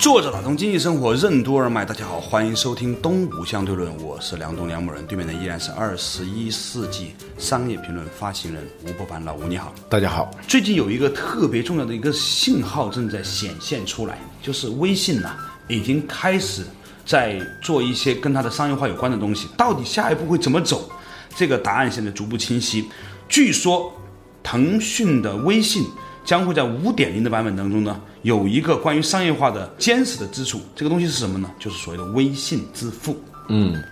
作者打通经济生活任督二脉，大家好，欢迎收听《东吴相对论》，我是梁东梁某人，对面的依然是二十一世纪商业评论发行人吴伯凡，老吴你好。大家好，最近有一个特别重要的一个信号正在显现出来，就是微信呐、已经开始在做一些跟它的商业化有关的东西。到底下一步会怎么走？这个答案现在逐步清晰。据说，腾讯的微信将会在五点零的版本当中呢，有一个关于商业化的坚实的支柱。这个东西是什么呢？就是所谓的微信支付。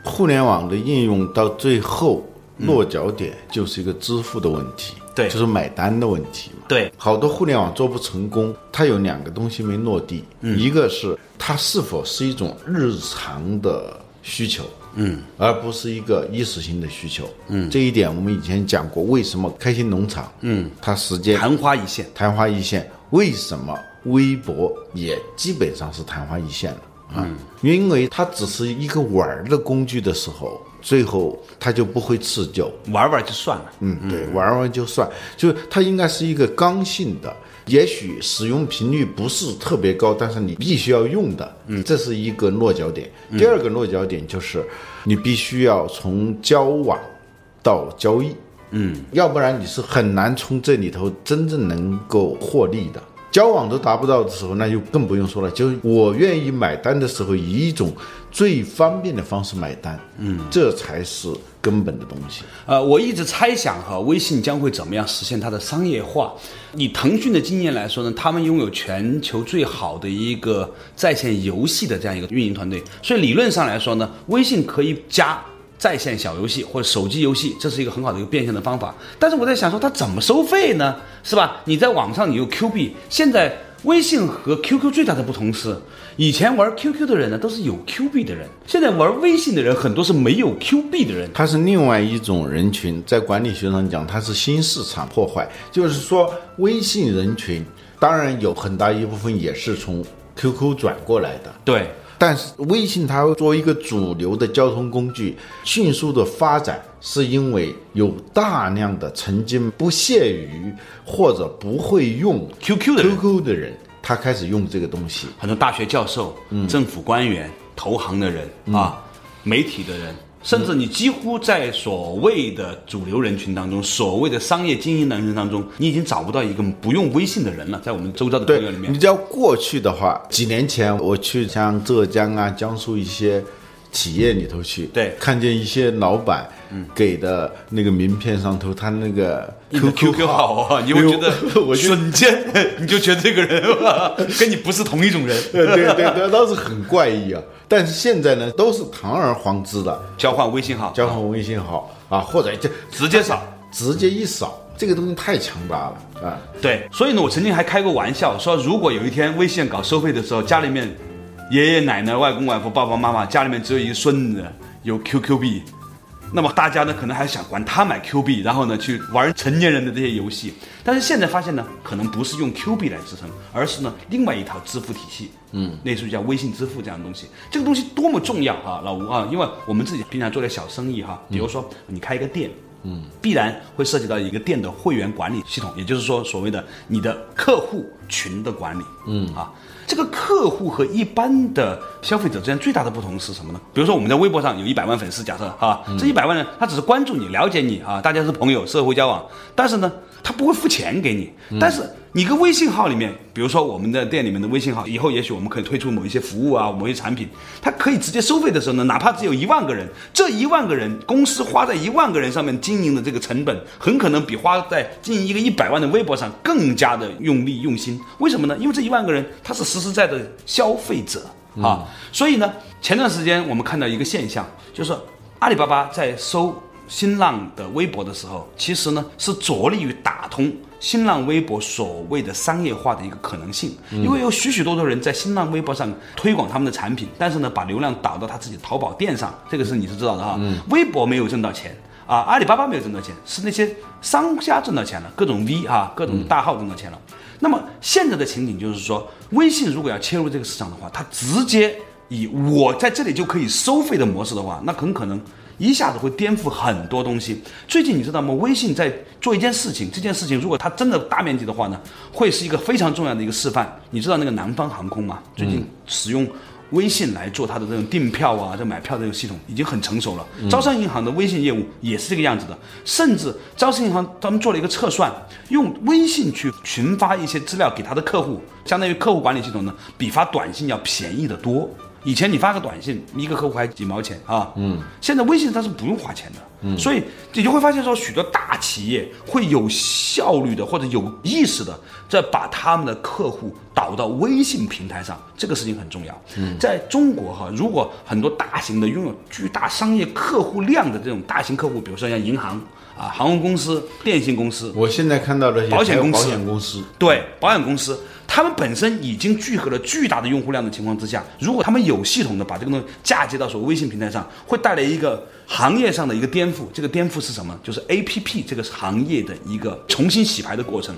互联网的应用到最后落脚点就是一个支付的问题，对就是买单的问题嘛。对，好多互联网做不成功，它有两个东西没落地，一个是它是否是一种日常的需求，嗯，而不是一个意识性的需求，嗯，这一点我们以前讲过，为什么开心农场，嗯，它时间昙花一现。昙花一现。为什么微博也基本上是昙花一现了啊？因为它只是一个玩儿的工具的时候，最后它就不会持久。玩玩就算啊了，嗯，对，玩玩就算，就是它应该是一个刚性的，也许使用频率不是特别高，但是你必须要用的，嗯，这是一个落脚点。第二个落脚点就是你必须要从交往到交易，嗯，要不然你是很难从这里头真正能够获利的。交往都达不到的时候，那就更不用说了。就是我愿意买单的时候，以一种最方便的方式买单，嗯，这才是根本的东西。呃，我一直猜想哈，微信将会怎么样实现它的商业化？以腾讯的经验来说呢，他们拥有全球最好的一个在线游戏的这样一个运营团队，所以理论上来说呢，微信可以加在线小游戏或者手机游戏，这是一个很好的一个变现的方法。但是我在想说，它怎么收费呢？是吧？你在网上你用 Q 币，现在微信和 QQ 最大的不同是，以前玩 QQ 的人呢都是有 Q 币的人，现在玩微信的人很多是没有 Q 币的人。它是另外一种人群，在管理学上讲，它是新市场破坏，就是说微信人群，当然有很大一部分也是从 QQ 转过来的，对，但是微信它作为一个主流的交通工具，迅速的发展，是因为有大量的曾经不屑于或者不会用 QQ 的人 QQ 的人，他开始用这个东西。很多大学教授、嗯政府官员、投行的人、啊，媒体的人，甚至你几乎在所谓的主流人群当中，所谓的商业精英人群当中，你已经找不到一个不用微信的人了，在我们周遭的朋对友里，你面。只要过去的话，几年前我去像浙江啊、江苏一些企业里头去，对嗯看见一些老板给的那个名片上头，他那个你的 QQ 号，好啊，你会 觉得哎呦我就瞬间 你就觉得这个人跟你不是同一种人，对对对对，当时很怪异啊。但是现在呢，都是堂而皇之的交换微信号，交换微信号啊，或者就直接扫。直接一扫，这个东西太强大了啊。对，所以呢，我曾经还开过玩笑说，如果有一天微信搞收费的时候，家里面爷爷奶奶、外公外婆、爸爸妈妈，家里面只有一个孙子有 QQ 币，那么大家呢可能还想管他买 Q 币，然后呢去玩成年人的这些游戏。但是现在发现呢，可能不是用 Q 币来支撑，而是呢另外一套支付体系，嗯，类似于叫微信支付这样的东西。这个东西多么重要啊，老吴啊，因为我们自己平常做点小生意哈、比如说你开一个店。嗯，必然会涉及到一个店的会员管理系统，也就是说，所谓的你的客户群的管理。嗯啊，这个客户和一般的消费者之间最大的不同是什么呢？比如说我们在微博上有一百万粉丝，假设哈、这一百万人他只是关注你、了解你啊，大家是朋友、社会交往，但是呢，他不会付钱给你，但是。你跟微信号里面，比如说我们的店里面的微信号，以后也许我们可以推出某一些服务啊，某一些产品，它可以直接收费的时候呢，哪怕只有一万个人，这一万个人公司花在一万个人上面经营的这个成本，很可能比花在经营一个一百万的微博上更加的用力用心。为什么呢？因为这一万个人他是实实在在的消费者啊，所以呢，前段时间我们看到一个现象，就是阿里巴巴在收新浪的微博的时候，其实呢是着力于打通新浪微博所谓的商业化的一个可能性，因为有许许多多人在新浪微博上推广他们的产品，但是呢，把流量导到他自己的淘宝店上，这个是你是知道的哈。微博没有挣到钱啊，阿里巴巴没有挣到钱，是那些商家挣到钱了，各种 V 啊，各种大号挣到钱了。那么现在的情景就是说，微信如果要切入这个市场的话，它直接以我在这里就可以收费的模式的话，那很可能一下子会颠覆很多东西。最近你知道吗？微信在做一件事情，这件事情如果它真的大面积的话呢，会是一个非常重要的一个示范。你知道那个南方航空吗？最近使用。微信来做它的这种订票啊、这买票这种系统已经很成熟了。招商银行的微信业务也是这个样子的，甚至招商银行他们做了一个测算，用微信去群发一些资料给他的客户，相当于客户管理系统呢，比发短信要便宜得多。以前你发个短信，一个客户还几毛钱啊，嗯，现在微信它是不用花钱的，嗯，所以你就会发现说，许多大企业会有效率的或者有意识的在把他们的客户导到微信平台上，这个事情很重要。嗯，在中国哈，如果很多大型的拥有巨大商业客户量的这种大型客户，比如说像银行啊、航空公司、电信公司，我现在看到的保险公司保险公司，对保险公司，他们本身已经聚合了巨大的用户量的情况之下，如果他们有系统的把这个东西嫁接到所谓微信平台上，会带来一个行业上的一个颠覆。这个颠覆是什么？就是 A P P 这个行业的一个重新洗牌的过程。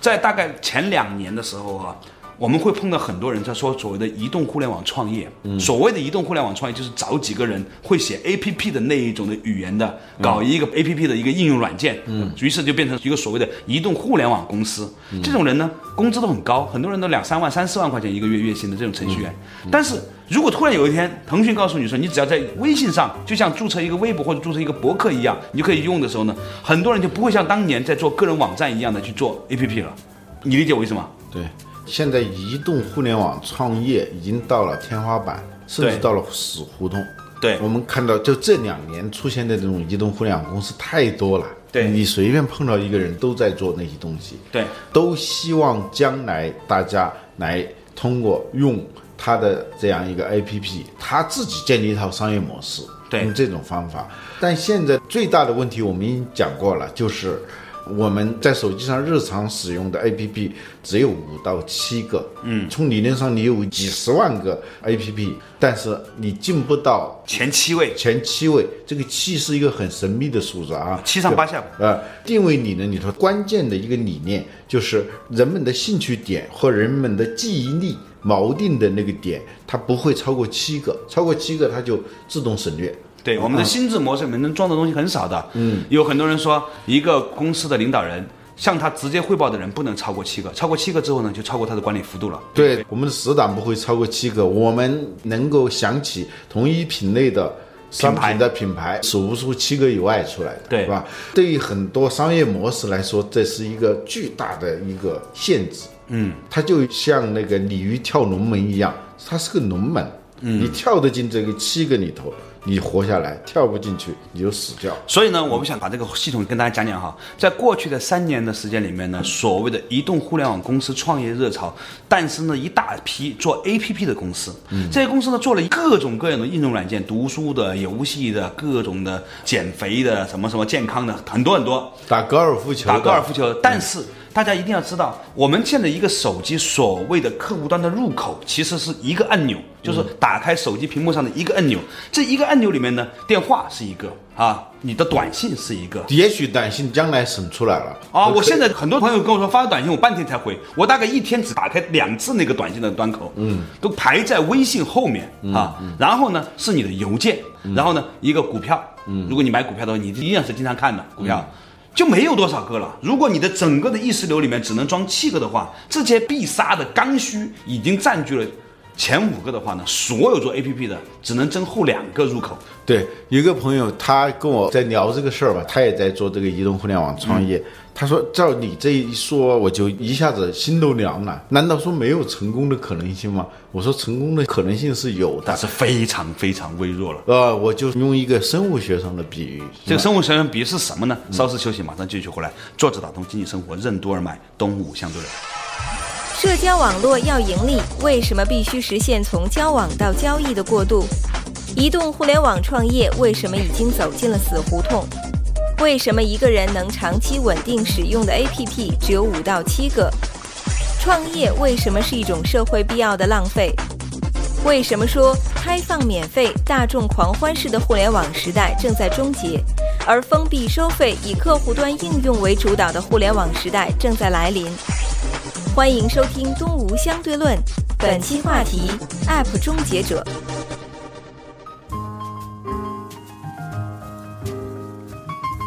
在大概前两年的时候啊。我们会碰到很多人在说所谓的移动互联网创业，所谓的移动互联网创业就是找几个人会写 A P P 的那一种的语言的，搞一个 A P P 的一个应用软件，嗯，于是就变成一个所谓的移动互联网公司。这种人呢，工资都很高，很多人都两三万、三四万块钱一个月月薪的这种程序员，但是。如果突然有一天，腾讯告诉你说，你只要在微信上，就像注册一个微博或者注册一个博客一样，你就可以用的时候呢，很多人就不会像当年在做个人网站一样的去做 A P P 了。你理解我意思吗？对，现在移动互联网创业已经到了天花板，甚至对到了死胡同。对我们看到就这两年出现的这种移动互联网公司太多了。对你随便碰到一个人都在做那些东西，对，都希望将来大家来通过用他的这样一个 APP，他自己建立一套商业模式，对用这种方法。但现在最大的问题我们已经讲过了，就是我们在手机上日常使用的 APP 只有五到七个，嗯，从理论上你有几十万个 APP，但是你进不到前七位，前七位，这个七是一个很神秘的数字啊，七上八下吧呃，定位理论里头关键的一个理念就是人们的兴趣点和人们的记忆力锚定的那个点，它不会超过七个，超过七个它就自动省略。对，我们的心智模式里面能装的东西很少的。嗯，有很多人说，一个公司的领导人向他直接汇报的人不能超过七个，超过七个之后呢，就超过他的管理幅度了。对，我们的死党不会超过七个，我们能够想起同一品类的。商品的品牌数不出七个以外出来的，对是吧？对于很多商业模式来说，这是一个巨大的一个限制。嗯，它就像那个鲤鱼跳龙门一样，它是个龙门。嗯，你跳得进这个七个里头，你活下来；跳不进去，你就死掉。所以呢，我们想把这个系统跟大家讲讲哈。在过去的三年的时间里面呢，所谓的移动互联网公司创业热潮，诞生了一大批做 APP 的公司。这些公司呢，做了各种各样的应用软件，读书的、游戏的、各种的减肥的、什么什么健康的，很多很多。打高尔夫球的，打高尔夫球，但是大家一定要知道，我们现在一个手机所谓的客户端的入口，其实是一个按钮，就是打开手机屏幕上的一个按钮。这一个按钮里面呢，电话是一个啊，你的短信是一个。也许短信将来省出来了啊！我可以现在很多朋友跟我说发个短信，我半天才回，我大概一天只打开两次那个短信的端口，嗯，都排在微信后面啊。然后呢是你的邮件，然后呢一个股票，嗯，如果你买股票的话，你一定是经常看的股票。就没有多少个了。如果你的整个的意识流里面只能装七个的话，这些必杀的刚需已经占据了前五个的话呢，所有做 APP 的只能增后两个入口。对，有一个朋友他跟我在聊这个事儿吧，他也在做这个移动互联网创业。他说：“照你这一说，我就一下子心都凉了。难道说没有成功的可能性吗？”我说：“成功的可能性是有的但。是非常非常微弱了。”呃，我就用一个生物学上的比喻，这个生物学上比喻是什么呢？稍事休息，马上继续回来。作者打通经济生活任督二脉，东吴相对论。社交网络要盈利，为什么必须实现从交往到交易的过渡？移动互联网创业为什么已经走进了死胡同？为什么一个人能长期稳定使用的 APP 只有五到七个？创业为什么是一种社会必要的浪费？为什么说开放、免费、大众狂欢式的互联网时代正在终结，而封闭、收费、以客户端应用为主导的互联网时代正在来临？欢迎收听《东吴相对论》，本期话题：App 终结者。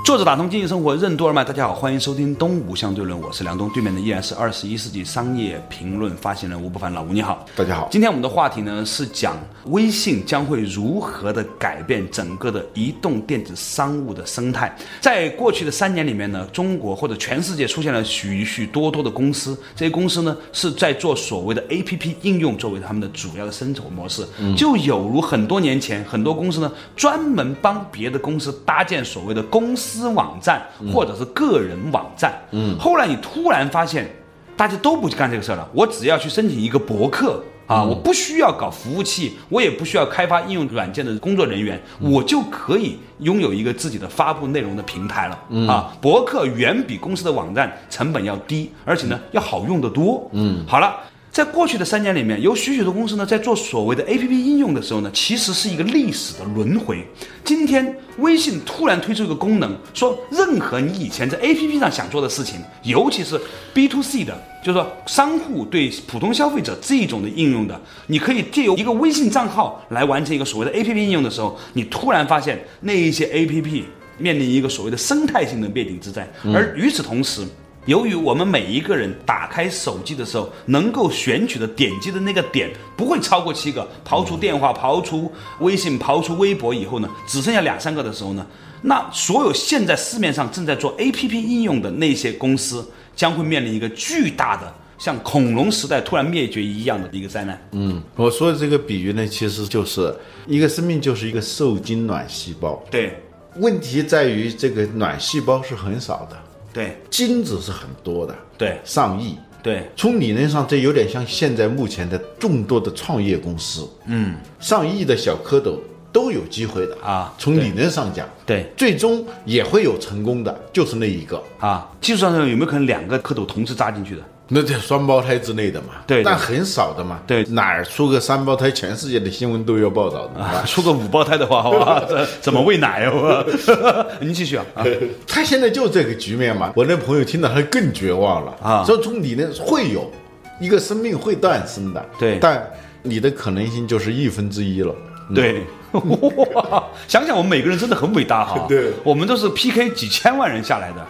作者打通经济生活任督二脉，大家好，欢迎收听《东吴相对论》，我是梁东，对面的依然是二十一世纪商业评论发行人吴伯凡，老吴你好。大家好，今天我们的话题呢是讲微信将会如何的改变整个的移动电子商务的生态。在过去的三年里面呢，中国或者全世界出现了许许多多的公司，这些公司呢是在做所谓的 APP 应用作为他们的主要的生存模式，就有如很多年前很多公司呢专门帮别的公司搭建所谓的公司网站或者是个人网站。嗯，后来你突然发现。大家都不去干这个事儿了，我只要去申请一个博客啊，我不需要搞服务器，我也不需要开发应用软件的工作人员，我就可以拥有一个自己的发布内容的平台了、啊。博客远比公司的网站成本要低，而且呢要好用得多。嗯，好了。在过去的三年里面，有许许多公司呢，在做所谓的 APP 应用的时候呢，其实是一个历史的轮回。今天微信突然推出一个功能，说任何你以前在 APP 上想做的事情，尤其是 B to C 的，就是说商户对普通消费者这种的应用的，你可以借由一个微信账号来完成一个所谓的 APP 应用的时候，你突然发现那一些 APP 面临一个所谓的生态性的灭顶之灾，而与此同时。由于我们每一个人打开手机的时候，能够选取的点击的那个点不会超过七个，刨除电话、刨除微信、刨除微博以后呢，只剩下两三个的时候呢，那所有现在市面上正在做 APP 应用的那些公司，将会面临一个巨大的像恐龙时代突然灭绝一样的一个灾难。嗯，我说的这个比喻呢，其实就是一个生命就是一个受精卵细胞，对问题在于这个卵细胞是很少的，对精子是很多的，对上亿。对从理论上，这有点像现在目前的众多的创业公司，嗯，上亿的小蝌蚪都有机会的啊从理论上讲，对最终也会有成功的，就是那一个，啊，技术上有没有可能两个蝌蚪同时扎进去的？那这双胞胎之类的嘛，对对但很少的嘛，对哪儿出个三胞胎，全世界的新闻都要报道的嘛。出个五胞胎的话，哇，这怎么喂奶啊？ 您继续啊。啊 他现在就这个局面嘛，我那朋友听到他更绝望了啊所以从理论会有一个生命会诞生的，对但你的可能性就是一分之一了。对，哇，想想我们每个人真的很伟大 哈。对我们都是 PK 几千万人下来的。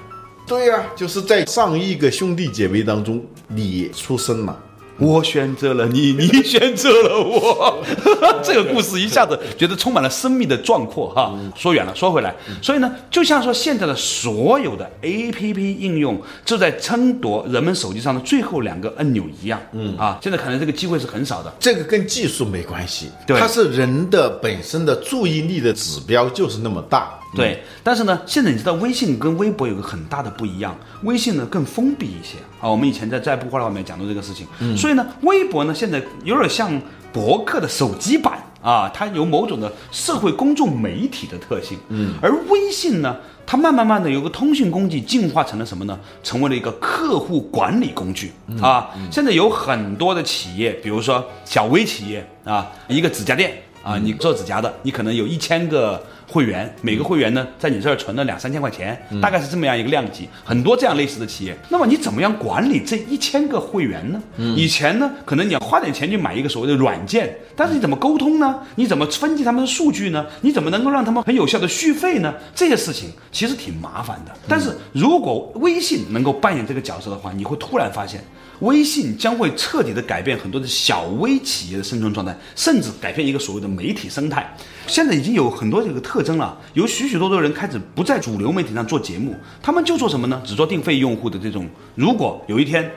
对呀、就是在上亿个兄弟姐妹当中，你出生了。我选择了 你，你选择了我。 这个故事一下子觉得充满了生命的壮阔哈。说远了，说回来，所以呢，就像说现在的所有的 A P P 应用，就在争夺人们手机上的最后两个按钮一样。嗯啊，现在可能这个机会是很少的。这个跟技术没关系，对它是人的本身的注意力的指标就是那么大。对，但是呢，现在你知道微信跟微博有个很大的不一样，微信呢更封闭一些啊。我们以前在在不花里面讲到这个事情，所以呢，微博呢现在有点像博客的手机版啊，它有某种的社会公众媒体的特性。嗯，而微信呢，它慢慢慢的有个通讯工具进化成了什么呢？成为了一个客户管理工具啊。现在有很多的企业，比如说小微企业啊，一个指甲店。啊，你做指甲的，你可能有一千个会员，每个会员呢在你这儿存了两三千块钱，大概是这么样一个量级，很多这样类似的企业。那么你怎么样管理这一千个会员呢？以前呢，可能你要花点钱去买一个所谓的软件，但是你怎么沟通呢？你怎么分析他们的数据呢？你怎么能够让他们很有效的续费呢？这些事情其实挺麻烦的。但是如果微信能够扮演这个角色的话，你会突然发现。微信将会彻底的改变很多的小微企业的生存状态，甚至改变一个所谓的媒体生态。现在已经有很多这个特征了，有许许多多人开始不在主流媒体上做节目，他们就做什么呢？只做定费用户的这种。如果有一天，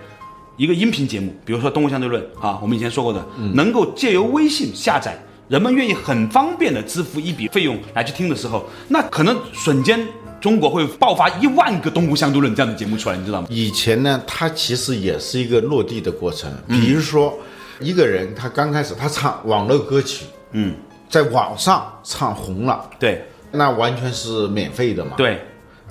一个音频节目，比如说《东吴相对论》啊，我们以前说过的，能够借由微信下载，人们愿意很方便的支付一笔费用来去听的时候，那可能瞬间中国会爆发一万个《东吴相对论》这样的节目出来，你知道吗？以前呢，它其实也是一个落地的过程。嗯比如说，一个人他刚开始他唱网络歌曲，嗯，在网上唱红了，对那完全是免费的嘛。对。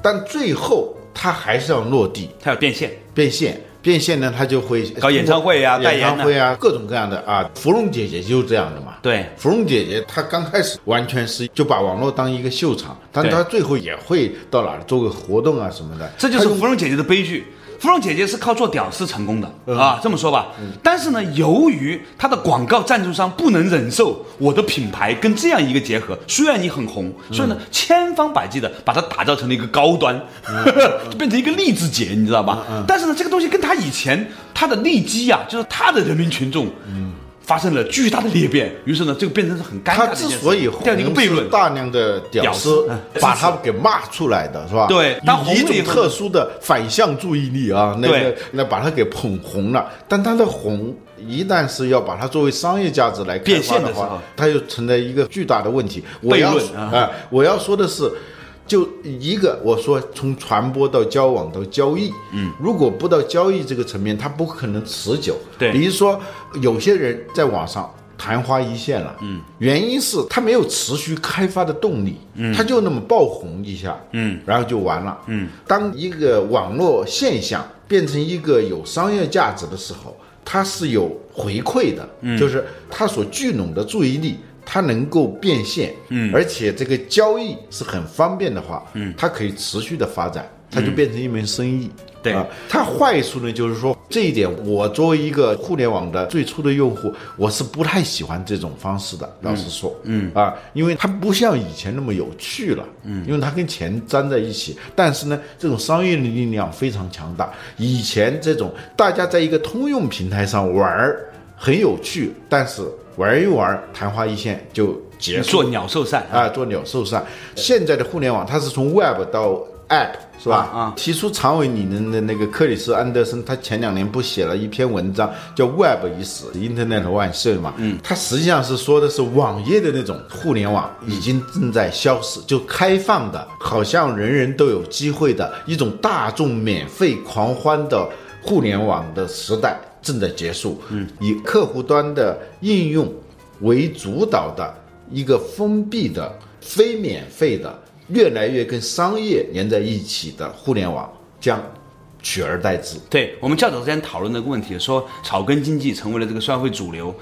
但最后它还是要落地它有变现，变现。变现呢，它就会搞演唱会啊代演言啊唱会啊，各种各样的啊。芙蓉姐姐就是这样的嘛。对芙蓉姐姐她刚开始完全是就把网络当一个秀场，但对她最后也会到哪儿做个活动啊什么的。这就是她用芙蓉姐姐的悲剧。芙蓉姐姐是靠做屌丝成功的、嗯啊，这么说吧。但是呢，由于她的广告赞助商不能忍受我的品牌跟这样一个结合，虽然你很红，嗯所以呢，千方百计的把它打造成了一个高端，嗯就 变成一个励志姐，你知道吧？但是呢，这个东西跟她以前她的利基啊，就是她的人民群众，嗯发生了巨大的裂变。于是呢，这个变成是很尴尬他的一之件事所以掉了一个红悖是论。大量的屌丝屌丝嗯把他给骂出来的是吧？对他红以了一种以后特殊的反向注意力啊，那对个那把他给捧红了。但他的红一旦是要把它作为商业价值来开变发现的的时话候，啊它就存在一个巨大的问题。我悖要论啊啊、我要说的是。就一个，我说从传播到交往到交易，嗯，如果不到交易这个层面，它不可能持久。对比如说有些人在网上昙花一现了，嗯，原因是他没有持续开发的动力，嗯，他就那么爆红一下，嗯，然后就完了，嗯，当一个网络现象变成一个有商业价值的时候，它是有回馈的，嗯，就是它所聚拢的注意力。它能够变现，嗯，而且这个交易是很方便的话，嗯，它可以持续的发展，它就变成一门生意。对啊它坏处呢，就是说这一点，我作为一个互联网的最初的用户，我是不太喜欢这种方式的。老实说，嗯啊，因为它不像以前那么有趣了，嗯，因为它跟钱粘在一起。但是呢，这种商业的力量非常强大。以前这种大家在一个通用平台上玩儿很有趣，但是玩一玩儿昙花一现就结束做了。鸟兽散，啊，做鸟兽散。现在的互联网，它是从 Web 到 App，是吧？啊啊提出长尾理论的那个克里斯安德森，他前两年不写了一篇文章叫《Web 已死，Internet 万岁》嘛？嗯，他实际上是说的是网页的那种互联网已经正在消失，就开放的，好像人人都有机会的一种大众免费狂欢的互联网的时代正在结束。嗯，以客户端的应用为主导的一个封闭的、非免费的、越来越跟商业连在一起的互联网将取而代之。对我们较早之前讨论这个问题，说草根经济成为了这个社会主流。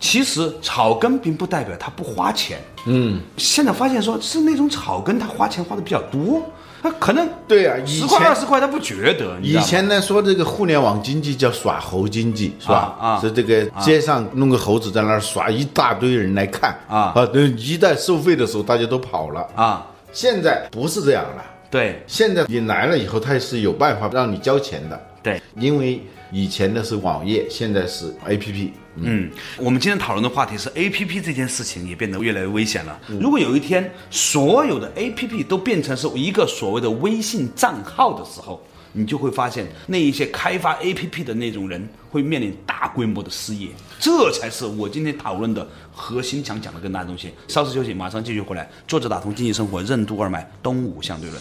其实草根并不代表他不花钱，嗯，现在发现说是那种草根他花钱花的比较多，他可能对啊以十块前二十块他不觉得，你知以道吗前呢说这个互联网经济叫耍猴经济是吧？啊啊是这个街上弄个猴子在那儿耍，一大堆人来看啊啊，对一旦收费的时候大家都跑了。啊，现在不是这样了，对现在你来了以后，它是有办法让你交钱的，对，因为以前的是网页，现在是 APP。嗯，我们今天讨论的话题是 A P P 这件事情也变得越来越危险了。如果有一天所有的 A P P 都变成是一个所谓的微信账号的时候，你就会发现那一些开发 A P P 的那种人会面临大规模的失业，这才是我今天讨论的核心想讲的跟大家东西。稍事休息，马上继续回来。作者打通经济生活任督二脉，东吴相对论。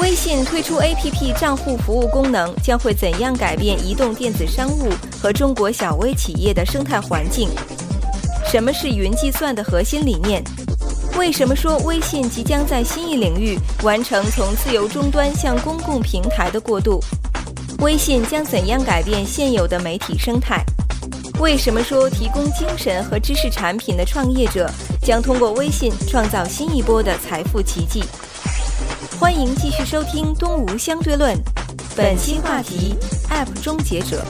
微信推出 APP 账户服务功能，将会怎样改变移动电子商务和中国小微企业的生态环境？什么是云计算的核心理念？为什么说微信即将在新一领域完成从自由终端向公共平台的过渡？微信将怎样改变现有的媒体生态？为什么说提供精神和知识产品的创业者将通过微信创造新一波的财富奇迹？欢迎继续收听《东吴相对论》，本期话题：App 终结者。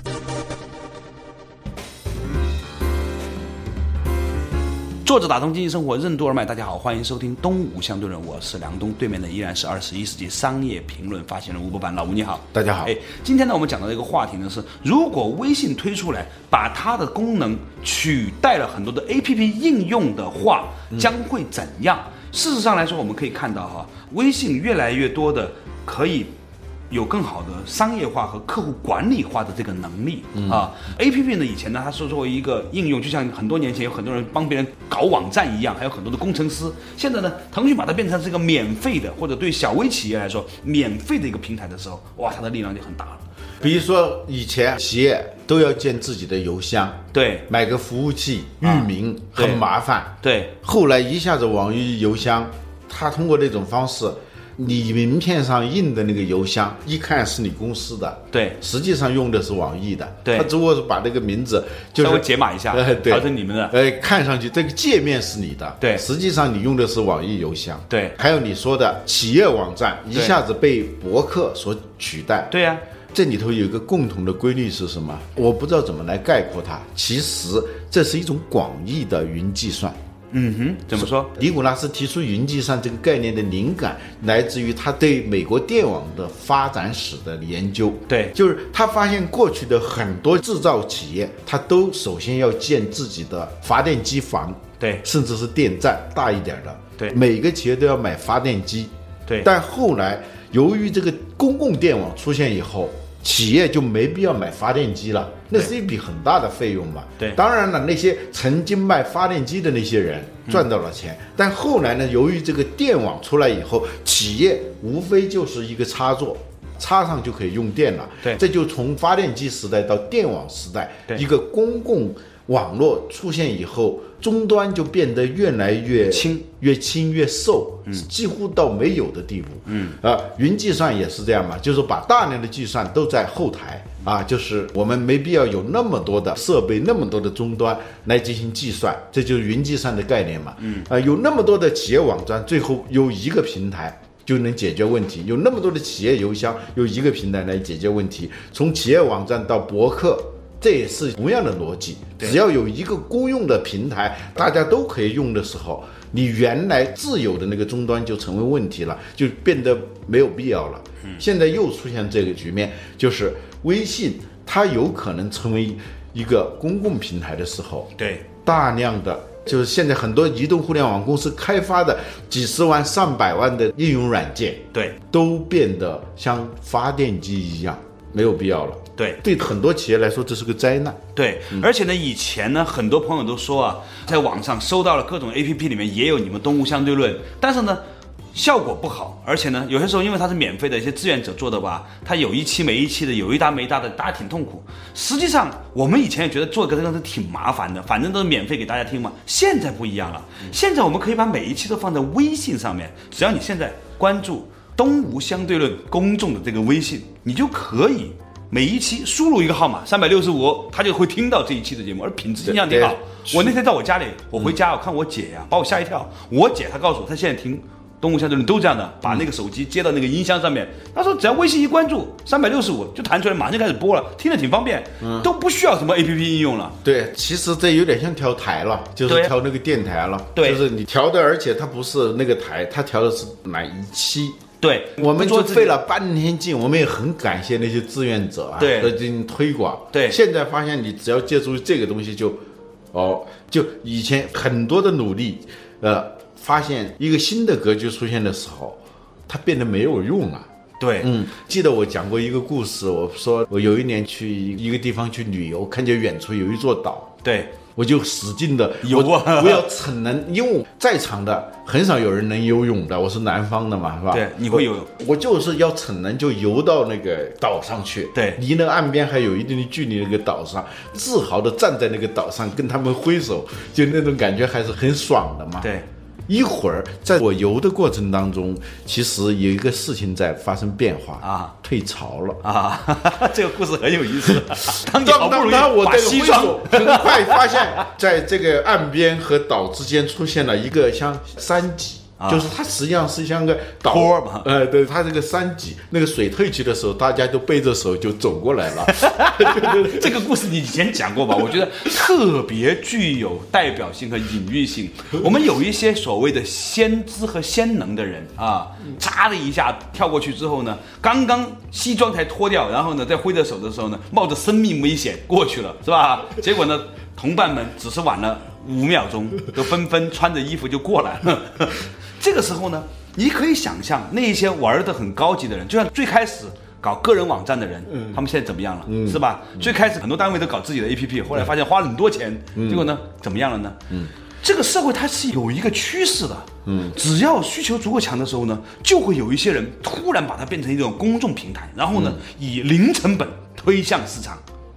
作者打通经济生活任督二脉，大家好，欢迎收听《东吴相对论》，我是梁东，对面的依然是二十一世纪商业评论发行人吴伯凡，老吴你好，大家好哎，今天呢，我们讲到的一个话题呢是，如果微信推出来，把它的功能取代了很多的 APP 应用的话，嗯将会怎样？事实上来说，我们可以看到哈，微信越来越多的可以有更好的商业化和客户管理化的这个能力、嗯啊。A P P 呢，以前呢，它是作为一个应用，就像很多年前有很多人帮别人搞网站一样，还有很多的工程师。现在呢，腾讯把它变成这个免费的，或者对小微企业来说免费的一个平台的时候，哇，它的力量就很大了。比如说以前企业都要建自己的邮箱，对买个服务器、域名、嗯对很麻烦。对后来一下子网易邮箱，它通过那种方式，你名片上印的那个邮箱，一看是你公司的，对实际上用的是网易的，对他只不过是把这个名字就是稍微解码一下 哎，对，调成你们的哎，看上去这个界面是你的，对实际上你用的是网易邮箱，对还有你说的企业网站一对下子被博客所取代，对啊呀、这里头有一个共同的规律是什么？我不知道怎么来概括它。其实这是一种广义的云计算。嗯哼，怎么说？尼古拉斯提出云计算这个概念的灵感来自于他对美国电网的发展史的研究。对就是他发现过去的很多制造企业，他都首先要建自己的发电机房，对甚至是电站大一点的。对每个企业都要买发电机。对但后来由于这个公共电网出现以后。企业就没必要买发电机了，那是一笔很大的费用嘛。对当然了，那些曾经卖发电机的那些人嗯赚到了钱，但后来呢，由于这个电网出来以后，企业无非就是一个插座。插上就可以用电了，对这就从发电机时代到电网时代，对一个公共网络出现以后，终端就变得越来越轻，越轻越瘦，几乎到没有的地步。嗯，啊，云计算也是这样嘛，就是把大量的计算都在后台啊，就是我们没必要有那么多的设备、那么多的终端来进行计算，这就是云计算的概念嘛。嗯，啊，有那么多的企业网站，最后由一个平台。就能解决问题。有那么多的企业邮箱，由一个平台来解决问题。从企业网站到博客，这也是同样的逻辑。只要有一个公用的平台，大家都可以用的时候，你原来自有的那个终端就成为问题了，就变得没有必要了。现在又出现这个局面，就是微信它有可能成为一个公共平台的时候，对大量的就是现在很多移动互联网公司开发的几十万、上百万的应用软件，对都变得像发电机一样没有必要了。对对很多企业来说，这是个灾难。对，而且呢，以前呢，很多朋友都说啊，在网上搜到了各种 A P P 里面也有你们东吴相对论，但是呢。效果不好，而且呢，有些时候因为它是免费的，一些志愿者做的吧，它有一期没一期的，有一搭没一搭的，大家挺痛苦。实际上，我们以前也觉得做个这个是挺麻烦的，反正都是免费给大家听嘛。现在不一样了，现在我们可以把每一期都放在微信上面，只要你现在关注“东吴相对论”公众的这个微信，你就可以每一期输入一个号码三百六十五，他就会听到这一期的节目，而品质尽量挺好对。我那天到我家里，我回家我看我姐呀、把我吓一跳。我姐她告诉我，她现在听《东吴相对论》都这样的，把那个手机接到那个音箱上面，她说只要微信一关注，三百六十五就弹出来，马上就开始播了，听着挺方便，都不需要什么 A P P 应用了。对，其实这有点像调台了，就是对调那个电台了。就对是你调的，而且它不是那个台，它调的是哪一期。对，我们不做就自己费了半天劲，我们也很感谢那些志愿者啊，对在进行推广。对现在发现你只要借助这个东西就，哦，就以前很多的努力，呃，发现一个新的格局出现的时候，它变得没有用了。对，嗯，记得我讲过一个故事，我说我有一年去一个地方去旅游，看见远处有一座岛，对，我就使劲的游啊我我要逞能，因为我在场的很少有人能游泳的，我是南方的嘛，是吧？对你会游泳我，我就是要逞能，就游到那个岛上去，对离那个岸边还有一定的距离，那个岛上，自豪的站在那个岛上，跟他们挥手，就那种感觉还是很爽的嘛。对，一会儿在我游的过程当中，其实有一个事情在发生变化啊，退潮了。啊， 这个故事很有 意思。当你好当不容当易当，我把这个西挥装手，很快发现，在这个岸边和岛之间出现了一个像山脊。就是它实际上是像个岛啊坡儿嘛呃，对，它这个山脊，那个水退去的时候，大家都背着手就走过 来了。这个故事你以前讲过吧？我觉得特别具有代表性和隐喻性。我们有一些所谓的先知和先能的人啊，嚓的一下跳过去之后呢，刚刚西装才脱掉，然后呢在挥着手的时候呢，冒着生命危险过去了，是吧？结果呢，同伴们只是晚了五秒钟，都纷纷穿着衣服就过来了。这个时候呢，你可以想象那一些玩的很高级的人，就像最开始搞个人网站的人，他们现在怎么样了，是吧？最开始很多单位都搞自己的 APP，后来发现花了很多钱，结果呢，怎么样了呢？这个社会它是有一个趋势的，嗯，只要需求足够强的时候呢，就会有一些人嗯突然把它变成一种公众平台，然后呢，以零成本推向市场。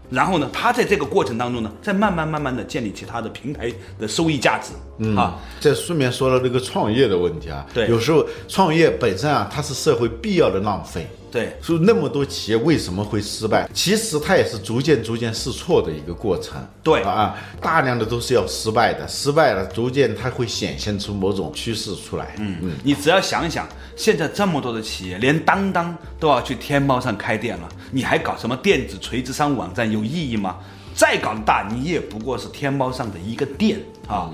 然后呢，他在这个过程当中呢，再慢慢慢慢的建立起他的平台的收益价值，嗯啊，这顺便说到这个创业的问题啊，对有时候创业本身啊，它是社会必要的浪费。对所以那么多企业为什么会失败？其实它也是逐渐逐渐试错的一个过程。对啊，大量的都是要失败的，失败了逐渐它会显现出某种趋势出来。嗯嗯，你只要想一想，现在这么多的企业，连当当都要去天猫上开店了，你还搞什么电子垂直商务网站有意义吗？再搞得大，你也不过是天猫上的一个店啊。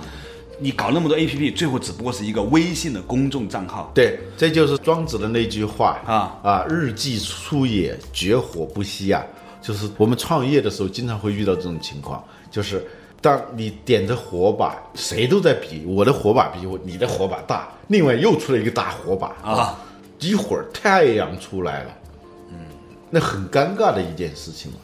你搞那么多 APP，最后只不过是一个微信的公众账号。对，这就是庄子的那句话啊啊，日既出也，绝火不息啊。就是我们创业的时候，经常会遇到这种情况，就是当你点着火把，谁都在比我的火把比我你的火把大，另外又出了一个大火把啊，一会儿太阳出来了，嗯，那很尴尬的一件事情了。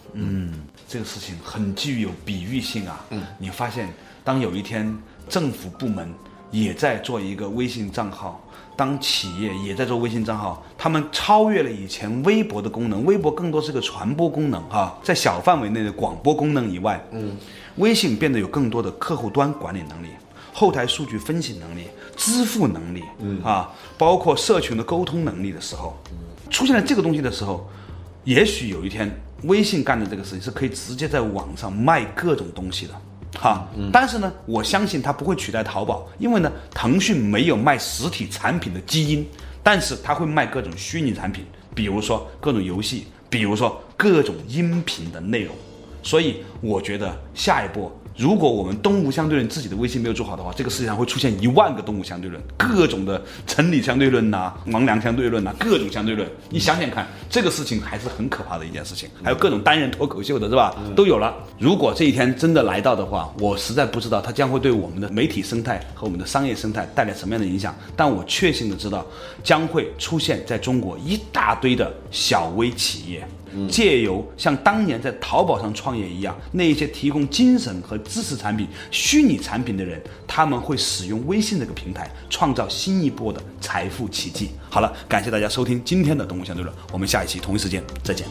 这个事情很具有比喻性啊。嗯，你发现当有一天政府部门也在做一个微信账号，当企业也在做微信账号，他们超越了以前微博的功能，微博更多是个传播功能哈、在小范围内的广播功能以外，嗯，微信变得有更多的客户端管理能力。后台数据分析能力、支付能力，嗯啊，包括社群的沟通能力的时候，出现了这个东西的时候，也许有一天，微信干的这个事情是可以直接在网上卖各种东西的，哈。但是呢，我相信它不会取代淘宝，因为呢，腾讯没有卖实体产品的基因，但是它会卖各种虚拟产品，比如说各种游戏，比如说各种音频的内容。所以我觉得下一波，如果我们东吴相对论自己的微信没有做好的话，这个世界上会出现一万个东吴相对论，各种的陈李相对论呐、王良相对论呐、各种相对论。你想想看，这个事情还是很可怕的一件事情。还有各种单人脱口秀的是吧？都有了。如果这一天真的来到的话，我实在不知道它将会对我们的媒体生态和我们的商业生态带来什么样的影响。但我确信的知道，将会出现在中国一大堆的小微企业。借由像当年在淘宝上创业一样，那一些提供精神和知识产品、虚拟产品的人，他们会使用微信这个平台，创造新一波的财富奇迹。好了，感谢大家收听今天的《东吴相对论》，我们下一期同一时间再见。